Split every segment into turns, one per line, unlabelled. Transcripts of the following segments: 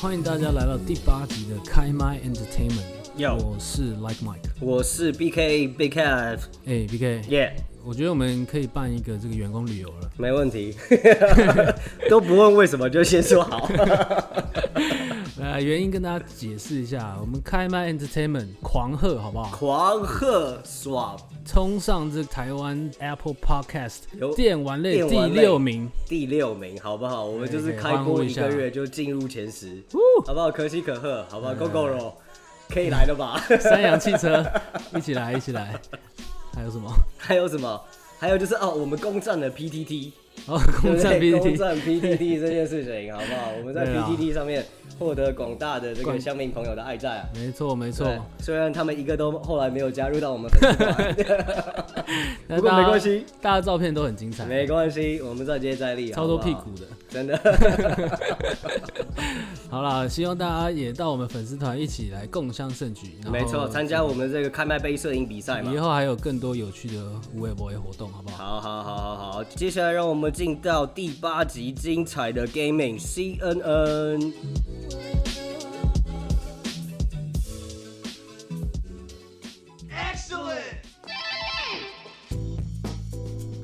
欢迎大家来到第八集的开麦 Entertainment。
Yo
我是 Like Mike。
我是 B K B K F，
哎，BK，
耶、
我觉得我们可以办一个这个员工旅游 了。
没问题，都不问为什么就先说好。
呃，原因跟大家解释一下，我们开麦 Entertainment 狂贺好不好？
狂贺爽
冲上这台湾 Apple Podcast
有
电玩类
电
第
玩类
六名，
第六名，好不好？我们就是
对
开
欢呼
播
一
一
下
个月就进入前十，
呼
好不好？可喜可贺，好不好？Go Go 喽，可以来了 吧？
三洋汽车，一起来，一起来。还有什 么？
还有什么？还有就是哦，我们攻占了 P T T，
哦，
对
攻
不
占
对？攻
PPT，
占 P T T 这件事情，好不好？我们在
对
P
啊
T T 上面获得广大的这
广
个乡民朋友的爱戴啊。
没错没错
对。，虽然他们一个都后来没有加入到我们粉丝 团，
不
不过没关系，
大家照片都很精彩，
没关系，我们再接再厉，
超多屁
好不
股
好，
的。
真的。
好啦，希望大家也到我们粉丝团一起来共襄盛举。然后
没错，参加我们这个开麦杯摄影比赛嘛
哦以。后还有更多有趣的无微博活动，好不好？
好好好好好，接下来让我们进到第八集精彩的 gaming CNN。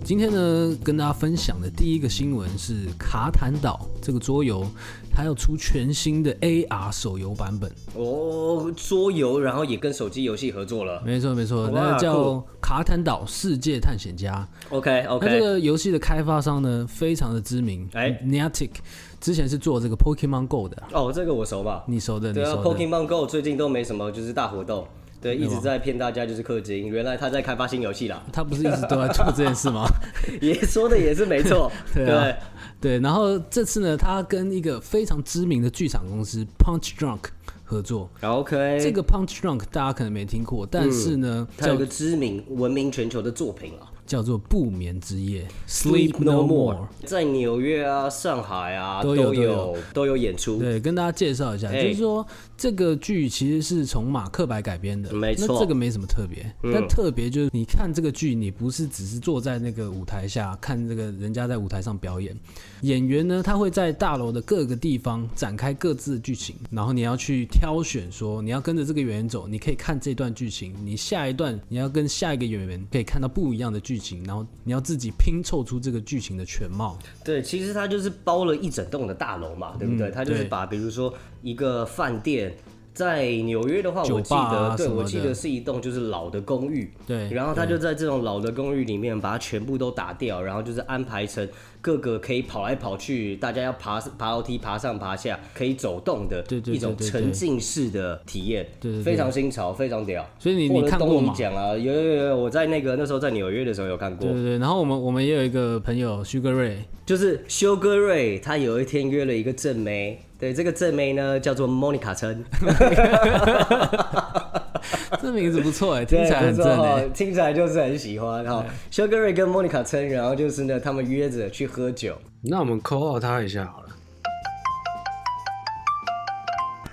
今天呢，跟大家分享的第一个新闻是《卡坦岛》这个桌游，它要出全新的 AR 手游版本。
哦，桌游，然后也跟手机游戏合作了。
没错没错，
哇
那叫《
啊酷
卡坦岛世界探险家》。
OK
那这
OK，
个游戏的开发商呢，非常的知名，
哎
Niantic，之前是做这个 Pokemon Go 的啊，
哦，这个我熟吧？
你熟的，你
对啊
熟的。啊
，Pokemon Go 最近都没什么，就是大活动。对，一直在骗大家就是氪金，原来他在开发新游戏啦，
他不是一直都在做这件事吗？，
也说的也是没错
对啊 对，然后这次呢，他跟一个非常知名的剧场公司 Punch Drunk 合作。
对，OK，
这个 Punch Drunk 大家可能没听过，但是呢，
哎它有一个知名、闻名全球的作品啊，
叫做《不眠之夜》（Sleep No More）。
在纽约啊、上海啊
都
都
有
有都有演出。
对，跟大家介绍一下，就
哎
是说这个剧其实是从马克白改编的，
没错嗯
那这个没什么特别，但特别就是你看这个剧，你不是只是坐在那个舞台下看这个人家在舞台上表演，演员呢他会在大楼的各个地方展开各自的剧情，然后你要去挑选说你要跟着这个演员走，你可以看这段剧情，你下一段你要跟下一个演员可以看到不一样的剧情，然后你要自己拼凑出这个剧情的全貌。
对，其实它就是包了一整栋的大楼嘛，对不
嗯
对？它就是把比如说一个饭店。在纽约的话，我
酒
记
吧啊
得，对
什么
我
的
记得是一栋就是老的公寓，
对
然后他就在这种老的公寓里面把它全部都打掉，然后就是安排成各个可以跑来跑去，大家要爬爬楼梯、爬上爬下，可以走动的
对对对
一种
对对
沉浸式的体验，
对对对
非常新潮，非常屌。
所以你
获
你
得
看过
东尼
吗？
奖啊，有有有，我在那个那时候在纽约的时候有看过
对，对对，然后我们我们也有一个朋友 Sugar Ray，
就是修哥瑞他有一天约了一个正妹，对，这个正妹呢叫做莫妮卡称，
这名字不错哎， 听起来很
对
正
不错
哎。
哦听起来就是很喜欢哈。修哥瑞跟莫妮卡称，然后就是呢，他们约着去喝酒，
那我们扣号他一下好了。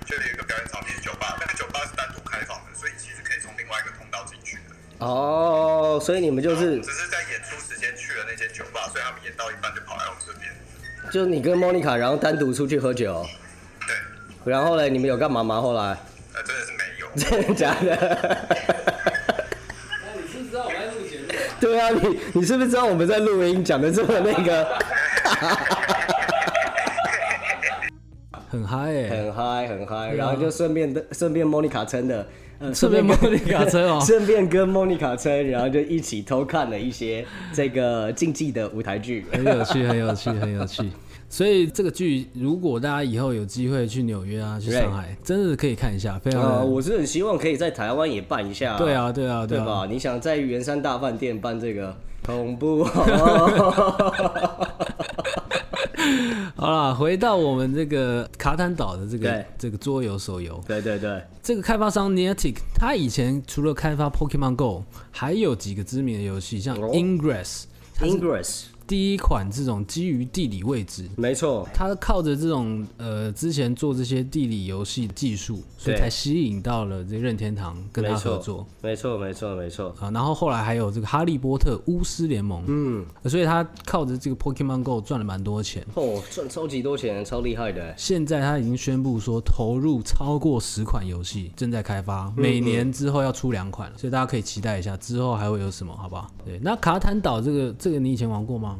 这里有一个表演场地酒吧，那个酒吧是单独开放的，所以其实可以从另外一个通道进去的。
哦，所以你们就是
只是在演出时间去了那间酒吧，所以他们演到一半就跑来我们这边。
就是你跟莫妮卡，然后单独出去喝酒，
对，
然后嘞，你们有干嘛吗？后来
呃，真的是没有。
真的假的？对啊，你你是不是知道我们在录音，讲的这么那个？
很嗨哎，
很嗨很嗨，然后就顺便的顺便莫妮卡称的，呃
啊 顺便
跟
莫妮卡称哦
顺便跟莫妮卡称，然后就一起偷看了一些这个竞技的舞台剧。
很有 趣，很有趣，很有趣。所以这个剧，如果大家以后有机会去纽约啊，去上海，真的可以看一下，非常
呃，
的。
我是很希望可以在台湾也办一下，
对，啊，对啊，
对
啊。
吧？你想在圆山大饭店办这个恐怖、哦
好啦，回到我们这个卡坦岛的这个
对
这个桌游手游，
对对对，
这个开发商 Niantic，他以前除了开发 Pokemon Go，还有几个知名的游戏，像
哦
Ingress，
Ingress
第一款这种基于地理位置，
没错，
它靠着这种呃之前做这些地理游戏技术，所以
对
才吸引到了这任天堂跟
没
他合
错
作。，
没错，没错，没错。
啊，然后后来还有这个《哈利波特：巫师联盟》，嗯，所以他靠着这个 Pokemon Go 赚了蛮多钱。
哦，赚超级多钱，超厉害的。
现在他已经宣布说，投入超过十款游戏，正在开发，
嗯
每年之后要出两款，所以大家可以期待一下之后还会有什么，好不好？对，那卡坦岛这个这个你以前玩过吗？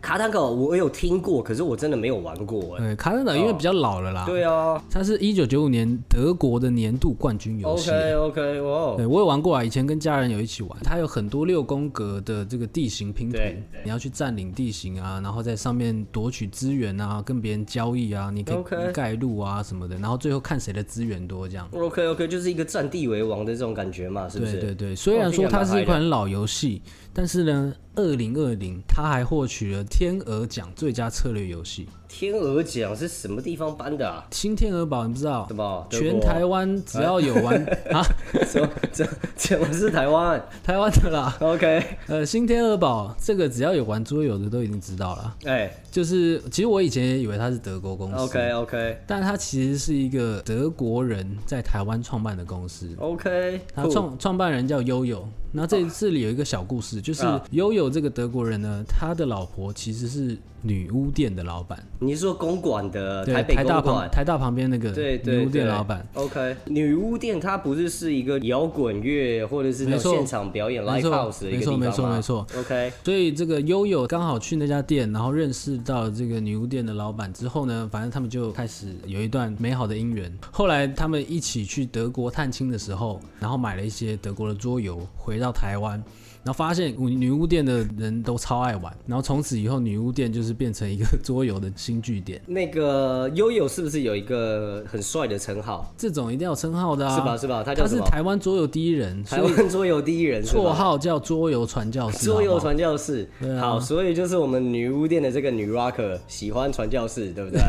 卡坦狗我有听过，可是我真的没有玩过哎。
呃，卡坦岛因为比较老了啦，
对啊
它是一九九五年德国的年度冠军游戏。
，OK OK，哇哦，
对，我有玩过啊，以前跟家人有一起玩，它有很多六宫格的这个地形拼图
对对，
你要去占领地形啊，然后在上面夺取资源啊，跟别人交易啊，你可
OK
以盖路啊什么的，然后最后看谁的资源多这样。
OK OK，就是一个占地为王的这种感觉嘛，是不哦是？
对对对，虽然说它是一款老游戏，但是呢，二零二零它还获取了天鹅奖最佳策略游戏。
天鹅奖是什么地方颁的啊？
新天鹅堡你不知道
什？么？德国哎
全台湾只要有玩 啊，
什么？这怎么是台湾
台湾的啦。
？OK，
呃，新天鹅堡这个只要有玩桌游的都已经知道了。
哎
就是其实我以前也以为它是德国公司
，OK OK
但它其实是一个德国人在台湾创办的公司。
OK，
他创创办人叫悠悠，那这
哦
这里有一个小故事，就是
啊
悠悠这个德国人呢，他的老婆其实是女巫店的老板，
你是说公馆的
对，
台北
台大
公
旁
馆？
台大旁边那个
对对
女巫
对，
店老板，。
OK，女巫店它不是是一个摇滚乐或者是那
没
种
错
现场表演
没
live
错
house 的一个地方吗
没错没错没
OK，
所以这个悠悠刚好去那家店，然后认识到这个女巫店的老板之后呢，反正他们就开始有一段美好的姻缘。后来他们一起去德国探亲的时候，然后买了一些德国的桌游，回到台湾。然后发现女女巫店的人都超爱玩，然后从此以后女巫店就是变成一个桌游的新据点。
那个悠悠是不是有一个很帅的称号？
这种一定要有称号的啊，
是吧是吧他叫
他
什
是
么
台湾桌游第一人，所
台
以
湾桌游第一人是吧
绰号叫桌游传教士。
桌游
好不好
传教士，
啊
好，所以就是我们女巫店的这个女 rocker 喜欢传教士，对 不对？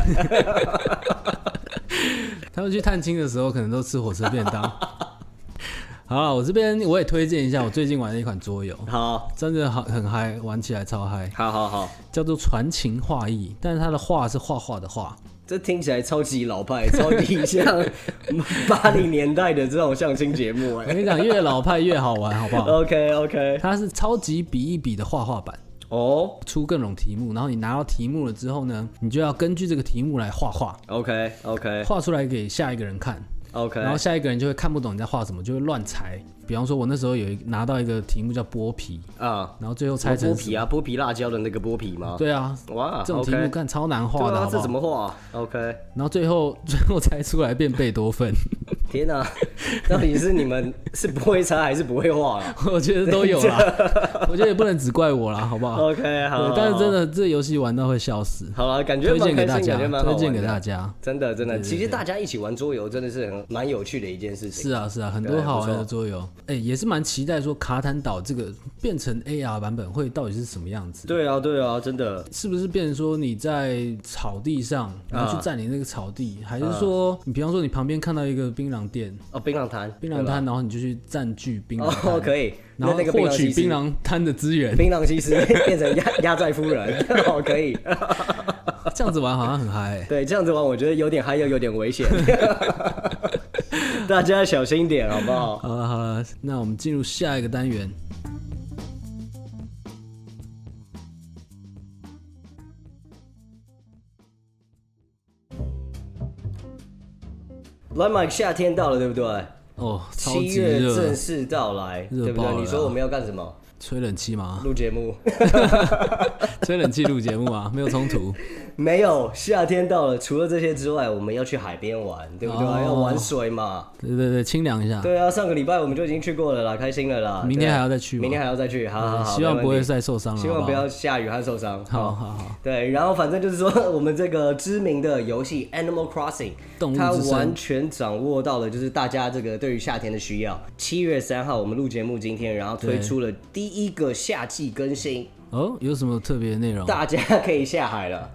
他们去探亲的时候，可能都吃火车便当。 好了，我这边我也推荐一下我最近玩的一款桌游，
好，
真的好很嗨，玩起来超嗨，
好好好，
叫做《传情画意》，但是它的画是画画的画，
这听起来超级老派，超 级像八零年代的这种相亲节目
我
哎。
跟你讲，越老派越好玩，好不好？
OK OK，
它是超级比一比的画画版，
哦
出各种题目，然后你拿到题目了之后呢，你就要根据这个题目来画画，
，OK OK
画出来给下一个人看，然后
OK，
下一个人就会看不懂你在画什么，就会乱猜。比方说，我那时候有一拿到一个题目叫剥皮，
啊，
然后最后猜成
剥
什么
皮啊，剥皮辣椒的那个剥皮吗？
对啊，
哇，
这种题目
OK
干超难
对
画的，
啊
好，不
这
好？
怎么画？OK，
然后最后 最后猜出来变贝多芬，
天哪，到底是你们是不会猜还是不会画 啊
我觉得都有啦，我觉得也不能只怪我啦，好不好？
？OK，好
对，，但是真
的
的这游戏玩到会笑死，
好了，感觉
推
蛮
荐给
开
大
心，
家，
感觉蛮好
推荐
玩
给
的。
大家。
真的，真的，其实大家一起玩桌游真的是很蛮有趣的一件事情。
是啊，是啊，很多
对
好玩
不
的
错
桌游，哎，也是蛮期待说卡坦岛这个变成 AR 版本会到底是什么样子。
对啊，对啊，真的。
是不是变成说你在草地上，然
啊
后去占领那个草地，还是说你比方说你旁边看到一个槟榔店、
哦，槟榔摊，
槟榔摊，然后你就去占据槟榔
哦，
摊，
可以。
然后
那那个
获取
槟
槟
榔
榔摊的资源
西施，，槟榔西施 变成压压寨夫人， 哦，可以。
这样子玩好像很嗨、欸。
对，这样子玩我觉得有点还有有点危险， 大家小心一点好不好？
好了好了，那我们进入下一个单元。
来买夏天到了，对不对？
哦，超
七
级
月正
热，
式到来，
热
对不
爆
对？
了
你说我们要干什么？
吹冷气吗？
录节目？
吹冷气录节目啊， 没有冲突。
没有，夏天到了，除了这些之外，我们要去海边玩，对不对？
哦
要玩水嘛。
对对对，清凉一下。
对啊，上个礼拜我们就已经去过了啦，开心了啦。
明天
对啊
还要再去吗嗯
明天还要再去，好好好，
希望
没
不
问
会
题，
再受伤了，
希望
好
不
不好
要下雨和受伤。
好好好，
对，然后反正就是说， 我们这个知名的游戏《Animal Crossing
动》，物
它
之声
完全掌握到了就是大家这个对于夏天的需要。七月三号我们录节目今天，然后推
对
出了第一个夏季更新，
哦，有什么特别的内容？
大家可以下海了。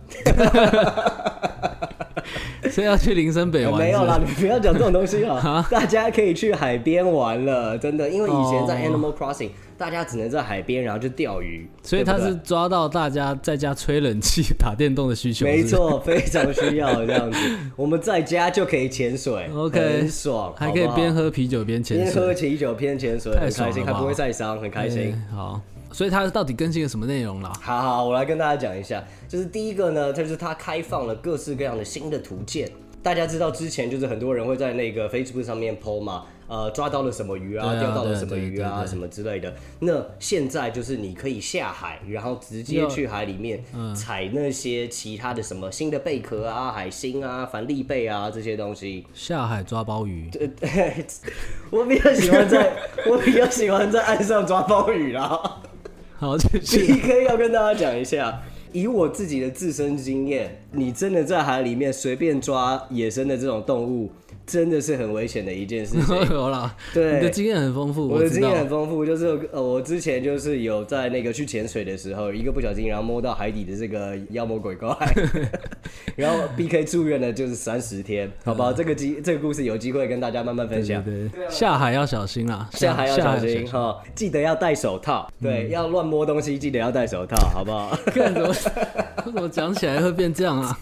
所以要去林森北玩。
呃没 有啦，
是
你不要讲这种东西啊！ 大家可以去海边玩了，真的，因为以前在
哦
Animal Crossing，、大家只能在海边，然后就钓鱼。
不是，所以
对
他
不对
是抓到大家在家吹冷气、打电动的需求。
没
是不是，
错，非常需要这 样子。我们在家就可以潜水
OK
很爽，
还可以
好不好
边喝啤酒边潜
边
水
喝。啤酒边潜水，
太
很开
爽
心，
了
还
吧
不会晒伤，很开心。
哎好，所以它到底更新了什么内容啦？
好好，我来跟大家讲一下，就是第一个呢，它就是它开放了各式各样的新的图鉴。大家知道之前就是很多人会在那个 Facebook 上面 PO 嘛，呃，抓到了什么鱼啊，
对啊
钓到了什么
对对
鱼
对
啊，
对
什么之类的。那现在就是你可以下海，然后直接
要
去海里面
嗯
采那些其他的什么新的贝壳啊、海星啊、帆立贝啊这些东西。
下海抓鲍鱼。
呃，对，我比较喜欢在，我比较喜欢在岸上抓鲍鱼啦。
好，继续。
P K 要跟大家讲一下，以我自己的自身经验，你真的在海里面随便抓野生的这种动物，真的是很危险的一件 事情。
有啦，
对
你的经验很丰富，
我的
知
经
道
验。很丰富，就是呃，我之前就是有在那个去潜水的时候，一个不小心，然后摸到海底的这个妖魔鬼怪，然后 B K 住院了就是三十天，好吧，这个机这个故事有机会跟大家慢慢分
对
享。
对对，下海要小心啦，
下海要小心
下
哈、记得要戴手套，对，要乱摸东西记得要戴手套，好不好？
干什么？ 为什么讲起来会变这样啊？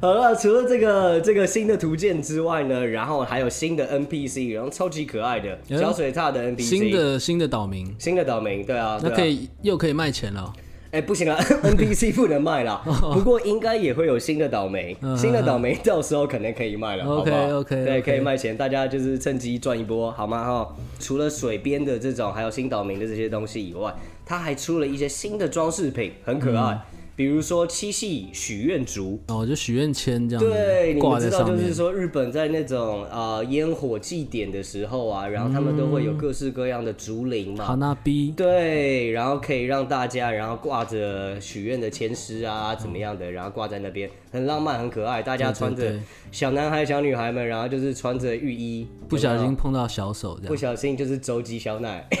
好了，除了这个这个新的图鉴之外呢，然后还有新的 NPC，然后超级可爱的
嗯
小水獭的 NPC，
新的新的岛民，
新的岛民，对啊，
那
对啊
可以又可以卖钱了。
哎、不行了，NPC 不能 卖啦。不过应该也会有新的倒霉，
哦嗯
新的倒霉到时候可能可以卖了，好不好
OK，OK，OK
对，可以卖钱，大家就是趁机赚一波，好吗？哈，除了水边的这种，还有新岛民的这些东西以外，它还出了一些新的装饰品，很可爱，
嗯
比如说七系许愿竹，
哦，我就许愿签这样
对，
子
你
挂
们
在
知道，
上
就是
面。
说日本在那种呃烟火祭典的时候啊，然后他们都会有各式各样的竹林嘛，
嗯好，那 B
对，然后可以让大家，然后挂着许愿的签诗啊，怎么样的，然后挂在那边，很浪漫，很可爱。大家
对对
穿着
对
小男孩、小女孩们，然后就是穿着浴衣，
不
有没
小
有
心碰到小手这
不
样。
小心就是肘击小奶，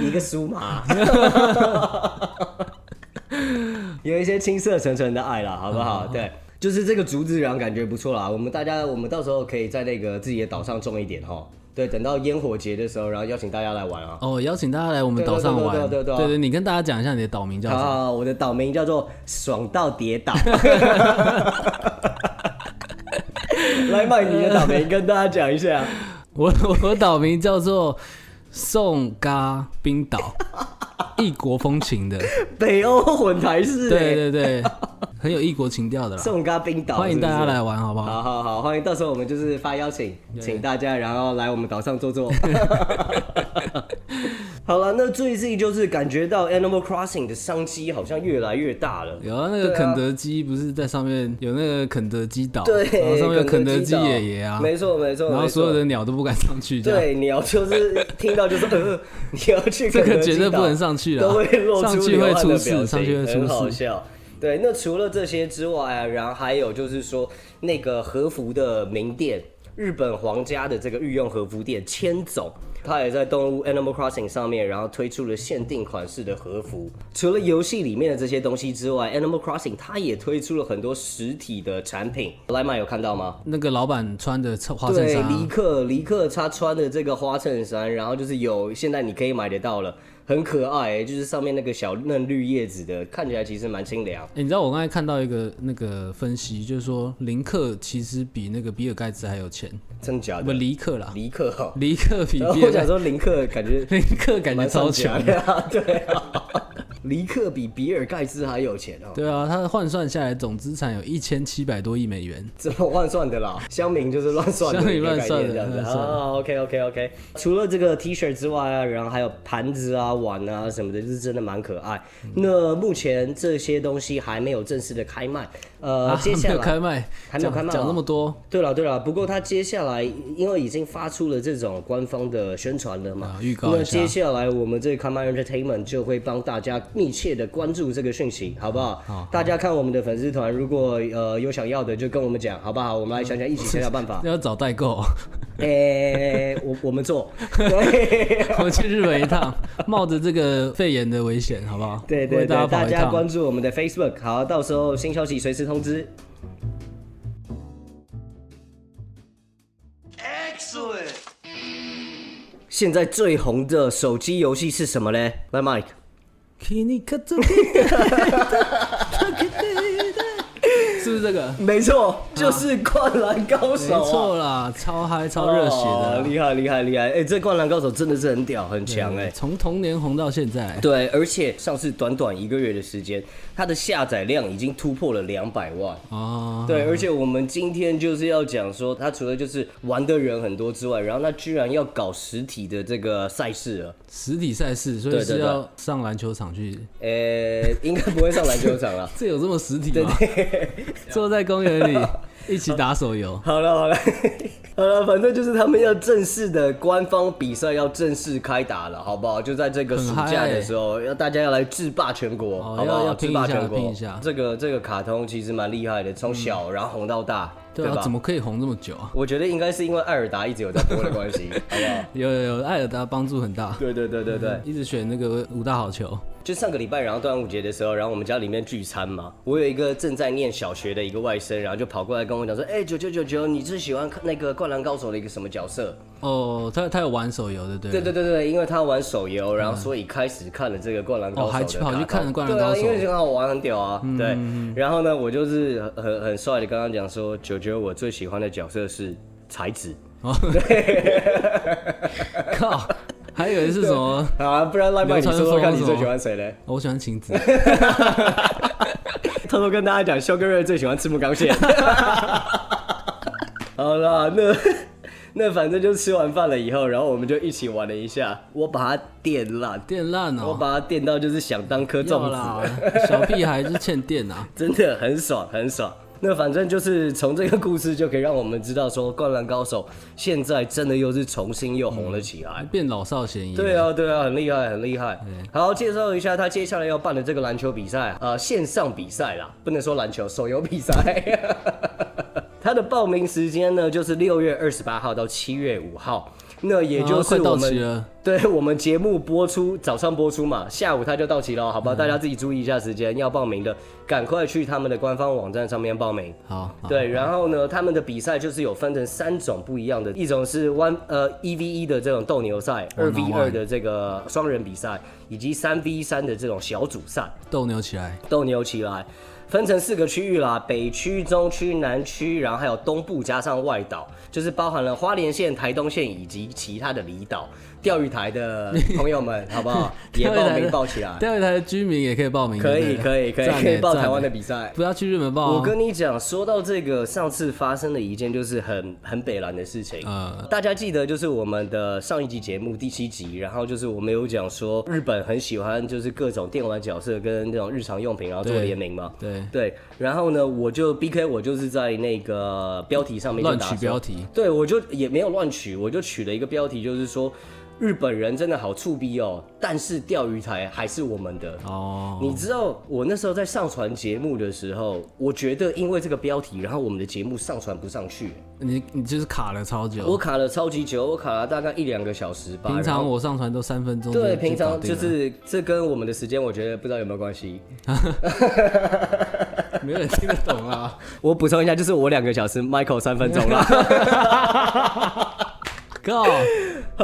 一个苏麻，有一些青涩沉沉的爱啦，好不好？对。就是这个竹子瓤感觉不错啦，我们大家我们到时候可以在那个自己的岛上种一点哈。对，等到烟火节的时候，然后邀请大家来玩啊。
哦，邀请大家来我们岛上玩。
对对对对对对
对你跟大家讲一下你的岛名叫什么？
啊，我的岛名叫做爽到跌倒。 来，麦，你的岛名跟大家讲一下。
我我岛名叫做宋嘎冰岛，异国风情的。
北欧混台式、欸，
对对对，很有异国情调的啦。
宋嘎冰岛，
欢迎大家来。玩，好不好？
好好好，欢迎，到时候我们就是发邀请，请大家然后来我们岛上 坐 坐。好了，那最近就是感觉到 Animal Crossing 的商机好像越来越大了。
有啊，那个
对啊
肯德基不是在上面有那个肯德基岛，
对，
然后上面有肯德基
岛
爷爷啊，
没错没错，
然后
没错
所有的鸟都不敢上去，这样
对，鸟就是听到就是呃，你要 去
这
肯
个
德基
绝对
岛
不能上去了
都会露
上
出
去
流
会
汗
出
的
事
表
上去
情
会出
很好
事
笑。对，那除了这些之外啊，然后还有就是说那个和服的名店。日本皇家的这个御用和服店千总，他也在动物 Animal Crossing 上面，然后推出了限定款式的和服。除了游戏里面的这些东西之外，Animal Crossing 它也推出了很多实体的产品。莱玛有看到吗？
那个老板穿的花衬
对，
衫啊、
尼克尼克他穿的这个花衬衫，然后就是有现在你可以买得到了，很可爱、就是上面那个小嫩绿叶子的，看起来其实蛮清凉。
欸你知道我刚才看到一个那个分析，就是说林克其实比那个比尔盖茨还有钱，
真假
不
的？
尼克啦，
尼克哦，
尼克比
然后
比
我
尔
想
盖茨，
说林克感觉
林克 感觉
蛮
超
上
穷
夹
的。
的 啊，对啊， 尼克比比尔盖茨还有钱哦。
对啊，他换算下来总资产有一千七百多亿美元。
怎么乱算的啦？乡民就是乱算的，
乡民
一个概
乱算的
念这样子
乱算的
啊。OK OK OK。除了这个 T 恤之外啊，然后还有盘子啊、碗啊什么的，就是真的蛮可爱。那目前这些东西还没有正式的开卖，呃，
啊，
接 下
还没有开
来。
卖，
还没有
讲
开卖啊
讲那么多，
对了对了，不过它接下来因为已经发出了这种官方的宣传了嘛
啊，预告一
那
下
接下来我们这个 Come On Entertainment 就会帮大家密切的关注这个讯息，好不好？
好
大家看我们的粉丝 团，如果呃有想要的就跟我们讲，好不好？我们来想想一起想想办法。
要找代购。
诶、我我们做， 对
我去日本一 趟，冒着这个肺炎的危险，好不好？
对对
为
对，
大
大
跑一
家
趟。
关注我们的 Facebook，好，到时候新消息随时通知。现在最红的手机游戏是什么嘞？来，Mike，
是不是这个？
没错，就是《灌篮高
没
手、啊》
错啦，超嗨超热血
哦
的，
厉害厉害厉害！哎、这《灌篮高手》真的是很屌，很强哎、
从童年红到现在。
对，而且上市短短一个月的时间，它的下载量已经突破了两百万。
哦，
对，而且我们今天就是要讲说，它除了就是玩的人很多之外，然后它居然要搞实体的这个赛事了。
实体赛事，所
对
以
对
是
对
要上篮球场去。。
呃、应该不会上篮球场啊了
这有这么实体吗？ 坐在公园里一起打手游。
好了 好了好了，反正就是他们要正式的官方比赛要正式开打了，好不好？就在这个暑
很
假
嗨
的
欸
时候，要大家要来制霸全国，
哦
好不好？
要要
制
拼一
霸
下
全国，
拼一下
这个这个卡通其实蛮厉害的，从小、然后红到大，
对
吧？
啊，怎么可以红这么久啊？
我觉得应该是因为艾尔达一直有在播的关系，好不 好？
有有有，艾尔达帮助很大，
对对对对对，
一直选那个五大好球。
就上个礼拜，然后端午节的时候，然后我们家里面聚餐嘛，我有一个正在念小学的一个外甥，然后就跑过来跟我讲说，哎、九九九九，你最喜欢看那个《灌篮高手》的一个什么角色？
哦，他他有玩手游的，对不
对对对对，因为他玩手游，然后所以开始看了这个《灌篮高手》
嗯哦还去跑去看了灌篮
对啊
高手嗯
因为觉得很好玩，很屌啊。对，然后呢，我就是很很很帅的跟他讲说，九九，我最喜欢的角色是才子。
哦， 靠，还以为是什么？
好啊，不然赖麦，你
流川
说说看
枫
你
是
最
吗
喜欢谁嘞？
哦我喜欢 晴子，
偷偷跟大家讲，肖哥瑞最喜欢赤木 刚宪。好啦，那那反正就吃完饭了以后，然后我们就一起玩了一下，我把它电烂，
电烂
我
哦，
把它电到就是想当颗
要
粽
啦
子，，
小屁孩就是欠电啊。
真的很爽很爽。那反正就是从这个故事就可以让我们知道说，《灌篮高手》现在真的又是重新又红了起来。
变老少咸宜。
对，啊，对啊，很厉害，很厉害。好，介绍一下他接下来要办的这个篮球比赛，呃，线上比赛啦，不能说篮球，手游比赛。 它的报名时间呢，就是六月二十八号到七月五号，那也就
啊
是
快
我
到
们、
期了。
对我们节目播出早上播出嘛，下午它就到期了，
嗯
好吧？大家自己注意一下时间，要报名的赶快去他们的官方网站上面报名。
好，好，
对，然后呢，他们的比赛就是有分成三种不一样的，一种是 one 呃一 v 一的这种斗牛赛，二
One on
v
one
二的这个双人比赛，以及三 v 三的这种小组赛。
斗牛起来。
斗牛起来，分成四个区域啦，北区、中区、南区，然后还有东部加上外岛，就是包含了花莲县、台东县以及其他的离岛。钓鱼台的朋友们，好不好？也报名报起来，
钓鱼台的居民也可以报名。
可
对
以
不对
可以可以
赞
可以
欸
报
赞
台湾
欸
的比赛。
不要去日本报哦。
我跟你讲，说到这个，上次发生的一件就是很很北蓝的事情。
呃，
大家记得就是我们的上一集节目第七集，然后就是我们有讲说日本很喜欢就是各种电玩角色跟那种日常用品，然后做
对
联名嘛。
对，
对，然后呢，我就 B K，我就是在那个标题上面就
乱
打
取
说
标题。
对，我就也没有乱取，我就取了一个标题，就是说日本人真的好触逼哦，但是钓鱼台还是我们的。
哦，
你知道我那时候在上传节目的时候，我觉得因为这个标题，然后我们的节目上传不上去，
你你就是卡了超久。
我卡了超级久，我卡了大概一两个小时吧。
嗯平
然后
常我上传都三分钟就。
对，
就
平
搞
常
定
就
了
是这跟我们的时间，我觉得不知道有没有关系。
没有人听得懂 啊。
我补充一下，就是我两个小时，Michael 三分钟啦。
靠，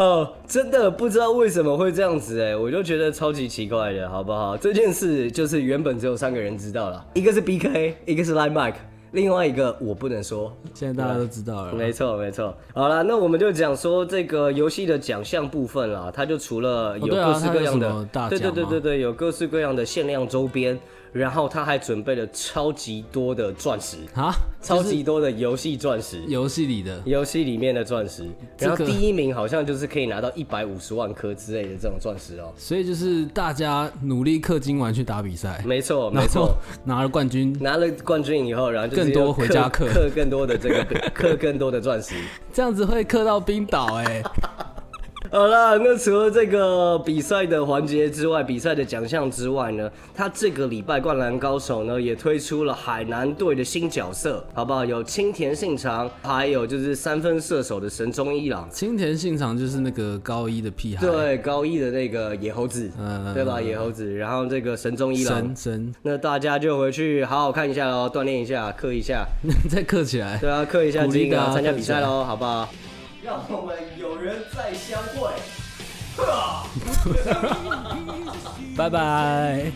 哦，真的不知道为什么会这样子哎，我就觉得超级奇怪的，好不好？这件事就是原本只有三个人知道了，一个是 BK，一个是 Line Mike，另外一个我不能说。
现在大家都知道了。
没错，没错。好了，那我们就讲说这个游戏的奖项部分啦，它就除了有
对啊
各式各样
它
的，
有什么大
对对
奖吗
对对对，有各式各样的限量周边，然后它还准备了超级多的钻石，
啊，
超级多的游戏钻石。
游戏里的
游戏里面的钻石，
这
然
个
后第一名好像就是可以拿到一百五十万颗之类的这种钻石哦。
所以就是大家努力氪金完去打比赛，
没错，没
然后
错。
拿了冠军，
拿了冠军以后，然后就是
更多
要
回家
氪
氪
氪更多的这个氪更多的钻石。
这样子会氪到冰岛哎、
好了，那除了这个比赛的环节之外，比赛的奖项之外呢，他这个礼拜《灌篮高手呢》也推出了海南队的新角色，好不好？有青田信长，还有就是三分射手的神中一郎。
青田信长就是那个高一的屁孩，，
对高一的那个野猴子，
嗯
对吧？野猴子，然后这个神中一郎
神，神，
那大家就回去好好看一下喽，锻炼一下，刻一下，
再刻起来。
对啊，刻一下
鼓励
经啊，
大家
参加
刻
比
起来
赛喽，好不好？让我们有人再相会。
拜拜。